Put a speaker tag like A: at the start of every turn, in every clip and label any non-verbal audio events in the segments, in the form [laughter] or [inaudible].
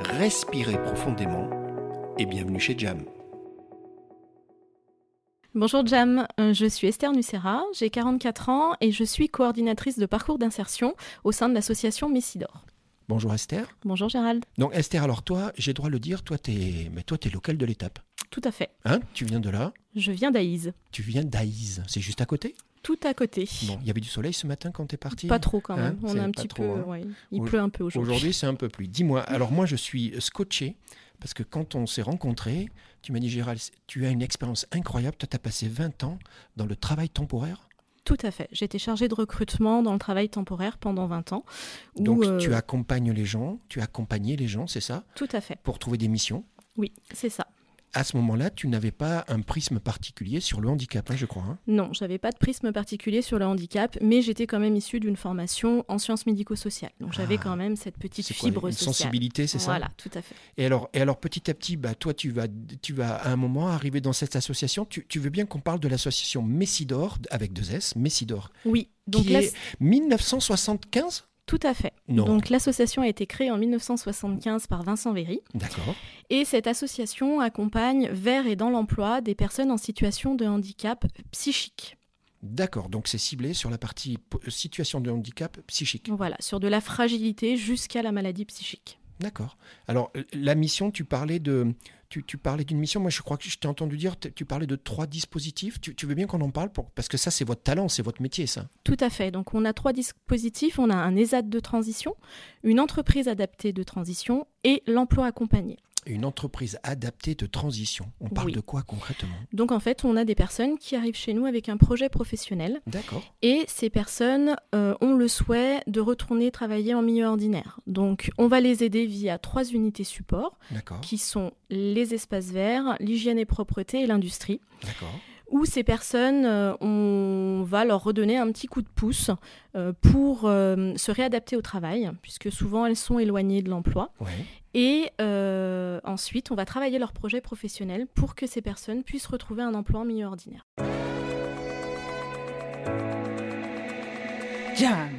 A: respirez profondément et bienvenue chez Jam.
B: Bonjour Jam, euh, je suis Esther Nucera, j'ai 44 ans et je suis coordinatrice de parcours d'insertion au sein de l'association Messidor.
A: Bonjour Esther.
B: Bonjour Gérald.
A: Donc Esther, alors toi, j'ai droit de le dire, toi t'es mais toi t'es locale de l'étape.
B: Tout à fait.
A: Hein Tu viens de là
B: Je viens d'Aïs,
A: Tu viens d'Aïs, c'est juste à côté
B: tout à côté.
A: Bon, il y avait du soleil ce matin quand t'es parti
B: Pas trop quand même,
A: Hein,
B: on
A: c'est
B: a un
A: pas
B: petit
A: trop,
B: peu.
A: hein.
B: ouais, Il
A: Au-
B: pleut un peu aujourd'hui.
A: Aujourd'hui, c'est un peu plus. Dis-moi, alors moi, je suis scotché parce que quand on s'est rencontrés, tu m'as dit, Gérald, c'est- tu as une expérience incroyable. Toi, tu as passé 20 ans dans le travail temporaire.
B: [laughs] Tout à fait. J'étais chargée de recrutement dans le travail temporaire pendant 20 ans. où,
A: Donc,
B: euh,
A: tu accompagnes les gens, tu as accompagné les gens, c'est ça,
B: Tout à fait.
A: pour trouver des missions.
B: Oui, c'est ça.
A: À ce moment-là, tu n'avais pas un prisme particulier sur le handicap, hein, je crois. hein.
B: Non, j'avais pas de prisme particulier sur le handicap, mais j'étais quand même issue d'une formation en sciences médico-sociales. Donc j'avais
A: Ah.
B: quand même cette petite
A: C'est quoi,
B: fibre
A: une
B: sociale.
A: sensibilité, c'est ça
B: Voilà, tout à fait.
A: Et alors, et alors, petit à petit, bah, toi, tu vas, tu vas à un moment arriver dans cette association. Tu, tu veux bien qu'on parle de l'association Messidor, avec deux S, Messidor,
B: Oui, donc
A: qui
B: là,
A: est 1975
B: tout à fait.
A: Non.
B: Donc l'association a été créée en 1975 par Vincent Véry
A: D'accord.
B: et cette association accompagne vers et dans l'emploi des personnes en situation de handicap psychique.
A: D'accord. Donc c'est ciblé sur la partie po- euh, situation de handicap psychique.
B: Donc Voilà, sur de la fragilité jusqu'à la maladie psychique.
A: D'accord. Alors l- la mission, tu parlais de, tu, tu parlais d'une mission. Moi, je crois que je t'ai entendu dire, t- tu parlais de trois dispositifs. Tu, tu veux bien qu'on en parle pour, parce que ça, c'est votre talent, c'est votre métier, ça.
B: Tout à fait. Donc on a trois dispositifs, on a un ESAT de transition, une entreprise adaptée de transition et l'emploi accompagné.
A: Une entreprise adaptée de transition. On parle
B: Oui.
A: de quoi concrètement
B: Donc en fait, on a des personnes qui arrivent chez nous avec un projet professionnel
A: D'accord.
B: et ces personnes euh, ont le souhait de retourner travailler en milieu ordinaire. Donc on va les aider via trois unités support
A: D'accord.
B: qui sont les espaces verts, l'hygiène et propreté et l'industrie
A: D'accord.
B: où ces personnes, euh, on va leur redonner un petit coup de pouce euh, pour euh, se réadapter au travail, puisque souvent elles sont éloignées de l'emploi.
A: Ouais.
B: Et euh, ensuite, on va travailler leur projet professionnel pour que ces personnes puissent retrouver un emploi en milieu ordinaire.
C: Jam.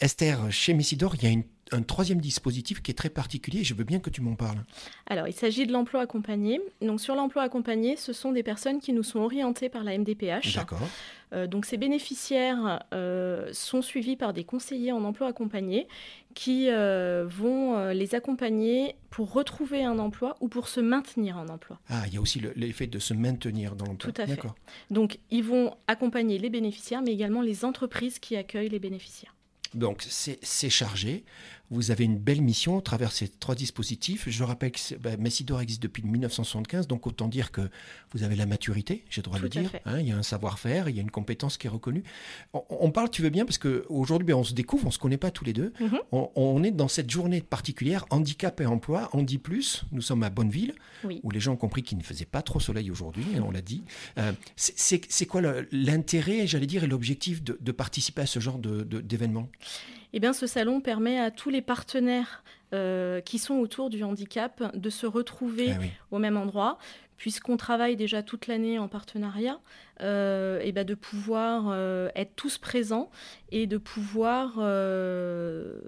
A: Esther, chez Messidor, il y a une- un troisième dispositif qui est très particulier. Je veux bien que tu m'en parles.
B: Alors, il s'agit de l'emploi accompagné. Donc, sur l'emploi accompagné, ce sont des personnes qui nous sont orientées par la MDPH.
A: D'accord.
B: Euh, donc, ces bénéficiaires euh, sont suivis par des conseillers en emploi accompagné qui euh, vont euh, les accompagner pour retrouver un emploi ou pour se maintenir en emploi.
A: Ah, il y a aussi le- l'effet de se maintenir dans l'emploi.
B: Tout à fait.
A: D'accord.
B: Donc, ils vont accompagner les bénéficiaires, mais également les entreprises qui accueillent les bénéficiaires.
A: Donc c'est c'est chargé. Vous avez une belle mission à travers ces trois dispositifs. Je rappelle que c'est- bah, Messidor existe depuis 1975, donc autant dire que vous avez la maturité, j'ai le droit de le
B: Tout à
A: dire.
B: fait.
A: hein. il y a un savoir-faire, il y a une compétence qui est reconnue. On, on parle, tu veux bien, parce qu'aujourd'hui ben, on se découvre, on se connaît pas tous les deux.
B: Mhm.
A: On, on est dans cette journée particulière, handicap et emploi, on dit plus. Nous sommes à Bonneville,
B: Oui.
A: où les gens ont compris qu'il ne faisait pas trop soleil aujourd'hui, hein, on l'a dit. Euh, c'est- c'est c'est quoi le- l'intérêt, j'allais dire, et l'objectif de, de participer à ce genre de- de- d'événement
B: Eh bien, ce salon permet à tous les partenaires euh, qui sont autour du handicap de se retrouver
A: Ah oui.
B: au même endroit, puisqu'on travaille déjà toute l'année en partenariat, euh, eh ben, de pouvoir euh, être tous présents et de pouvoir euh,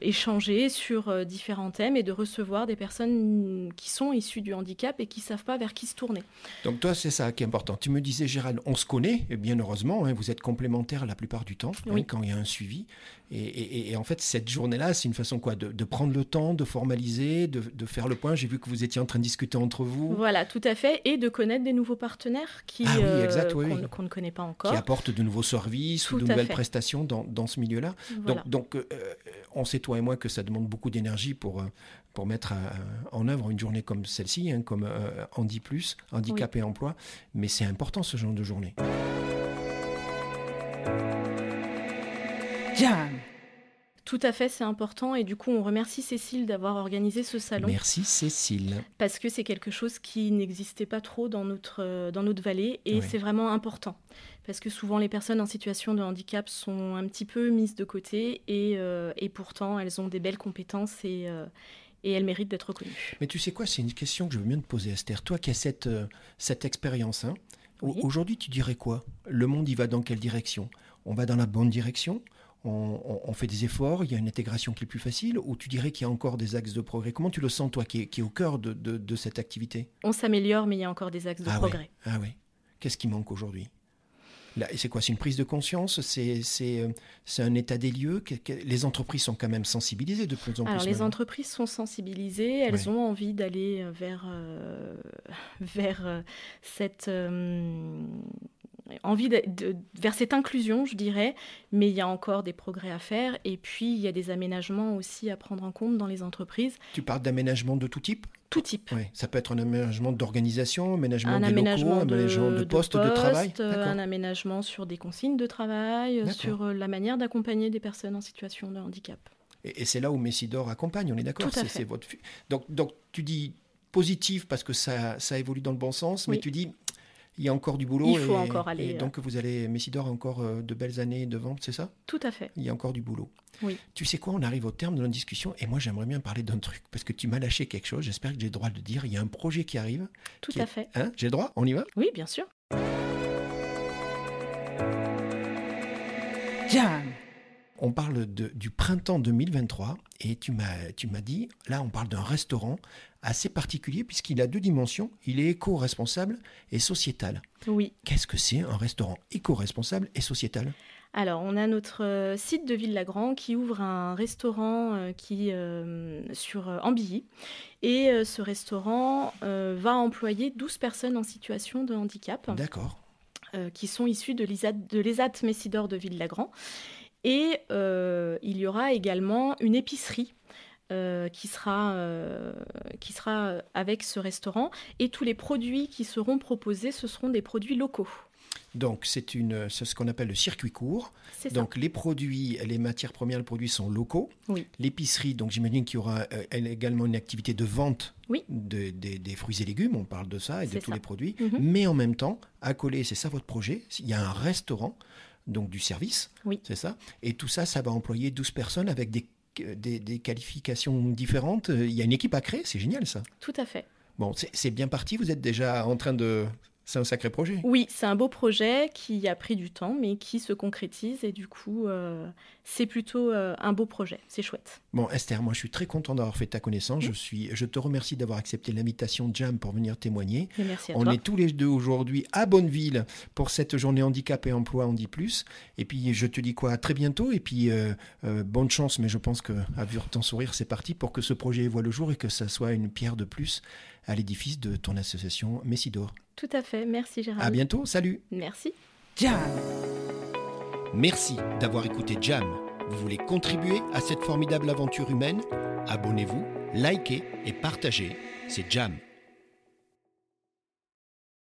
B: échanger sur euh, différents thèmes et de recevoir des personnes qui sont issues du handicap et qui ne savent pas vers qui se tourner.
A: Donc toi, c'est ça qui est important. Tu me disais, Gérald, on se connaît, et bien heureusement, hein, vous êtes complémentaires la plupart du temps, hein,
B: Oui.
A: quand il y a un suivi. Et, et- et en fait, cette journée-là, c'est une façon quoi de, de prendre le temps, de formaliser, de, de faire le point. J'ai vu que vous étiez en train de discuter entre vous,
B: Voilà, tout à fait, et de connaître des nouveaux partenaires qui
A: Ah oui,
B: euh,
A: exact, oui,
B: qu'on
A: oui.
B: qu'on ne connaît pas
A: qui
B: encore.
A: apportent de nouveaux services ou
B: Tout
A: de
B: à
A: nouvelles
B: fait.
A: prestations dans, dans ce milieu-là.
B: Voilà.
A: Donc, donc, euh, euh, on sait, toi et moi, que ça demande beaucoup d'énergie pour, euh, pour mettre euh, en œuvre une journée comme celle-ci, hein, comme euh, Handi Plus, Handicap et Emploi. Mais c'est important ce genre de journée.
C: Jam.
B: Tout à fait, c'est important. Et du coup, on remercie Cécile d'avoir organisé ce salon.
A: Merci Cécile.
B: Parce que c'est quelque chose qui n'existait pas trop dans notre, euh, dans notre vallée. Et
A: Ouais.
B: c'est vraiment important. Parce que souvent, les personnes en situation de handicap sont un petit peu mises de côté. Et, euh, et pourtant, elles ont des belles compétences et, euh, et elles méritent d'être reconnues.
A: Mais tu sais quoi, c'est une question que je veux bien te poser, Esther. Toi qui as cette, euh, cette expérience, hein, au-
B: Oui.
A: aujourd'hui tu dirais quoi Le monde, il va dans quelle direction On va dans la bonne direction on, on- on fait des efforts, il y a une intégration qui est plus facile, ou tu dirais qu'il y a encore des axes de progrès Comment tu le sens, toi, qui est, qui est au cœur de, de- de cette activité
B: On s'améliore, mais il y a encore des axes de
A: Ah ouais.
B: progrès.
A: Ah oui. Qu'est-ce qui manque aujourd'hui Là, C'est quoi C'est une prise de conscience C'est c'est, euh, c'est un état des lieux Que- que- Les entreprises sont quand même sensibilisées de plus en plus.
B: Alors, les
A: maintenant.
B: entreprises sont sensibilisées, elles
A: Ouais.
B: ont envie d'aller euh, vers, euh, [laughs] vers, euh, cette, euh, envie de- de- vers cette inclusion, je dirais, mais il y a encore des progrès à faire et puis il y a des aménagements aussi à prendre en compte dans les entreprises,
A: Tu parles d'aménagement de tout type
B: tout type.
A: Oui, ça peut être un aménagement d'organisation, aménagement
B: Un
A: des
B: aménagement,
A: locaux,
B: de,
A: aménagement de, postes de travail.
B: postes, euh,
A: D'accord.
B: un aménagement sur des consignes de travail, euh,
A: D'accord.
B: sur euh, la manière d'accompagner des personnes en situation de handicap.
A: Et, et c'est là où Messidor accompagne, on est d'accord
B: Tout à
A: C'est-
B: fait.
A: c'est votre... fu- donc, donc tu dis positif parce que ça, ça évolue dans le bon sens, mais
B: Oui.
A: tu dis il y a encore du boulot.
B: Il faut
A: et-
B: encore aller,
A: et
B: euh.
A: donc vous allez, Messidor a encore euh, de belles années devant, c'est ça
B: Tout à fait.
A: Il y a encore du boulot.
B: Oui.
A: Tu sais quoi, on arrive au terme de notre discussion et moi j'aimerais bien parler d'un truc parce que tu m'as lâché quelque chose, j'espère que j'ai le droit de le dire. Il y a un projet qui arrive.
B: Tout
A: Qui-
B: à fait.
A: Hein j'ai le droit On y va
B: Oui, bien sûr.
D: Jam.
A: On parle de- du printemps 2023 et tu m'as, tu m'as dit, là on parle d'un restaurant assez particulier puisqu'il a deux dimensions, il est éco-responsable et sociétal.
B: Oui.
A: Qu'est-ce que c'est un restaurant éco-responsable et sociétal
B: Alors, on a notre euh, site de Ville-Lagrand qui ouvre un restaurant euh, qui, euh, sur euh, Ambilly. Et euh, ce restaurant euh, va employer 12 personnes en situation de handicap
A: D'accord.
B: euh, qui sont issues de l'ESAT de l'ESAT Messidor de Ville-Lagrand. Et euh, il y aura également une épicerie. euh, qui, sera, euh, qui sera euh, avec ce restaurant et tous les produits qui seront proposés, ce seront des produits locaux.
A: Donc c'est, une, c'est ce qu'on appelle le circuit court.
B: C'est ça.
A: Donc les produits, les matières premières, les produits sont locaux.
B: Oui.
A: L'épicerie, donc j'imagine qu'il y aura euh, elle, également une activité de vente
B: Oui.
A: de- des- des fruits et légumes, on parle de ça, et de
B: C'est
A: tous
B: ça.
A: les produits.
B: Mhm.
A: Mais en même temps, à coller, c'est ça votre projet, il y a un restaurant, donc du service,
B: Oui.
A: c'est ça. Et tout ça, ça va employer 12 personnes avec des, des, des qualifications différentes. Euh, Il y a une équipe à créer, c'est génial ça.
B: Tout à fait.
A: Bon, c'est c'est bien parti, vous êtes déjà en train de... C'est un sacré projet.
B: Oui, c'est un beau projet qui a pris du temps, mais qui se concrétise. Et du coup, euh, c'est plutôt euh, un beau projet. C'est chouette.
A: Bon, Esther, moi je suis très content d'avoir fait ta connaissance.
B: Mm.
A: Je, suis, je te remercie d'avoir accepté l'invitation de Jam pour venir témoigner.
B: Et merci à
A: On
B: toi.
A: est tous les deux aujourd'hui à Bonneville pour cette journée handicap et emploi, on dit plus. Et puis je te dis quoi, à très bientôt. Et puis euh, euh, bonne chance, mais je pense que à vure ton sourire, c'est parti pour que ce projet voit le jour et que ça soit une pierre de plus à l'édifice de ton association Messidor.
B: Tout à fait. Merci Gérard.
A: À bientôt, salut.
B: Merci.
D: Jam.
E: Merci d'avoir écouté Jam. Vous voulez contribuer à cette formidable aventure humaine Abonnez-vous, likez et partagez. C'est Jam.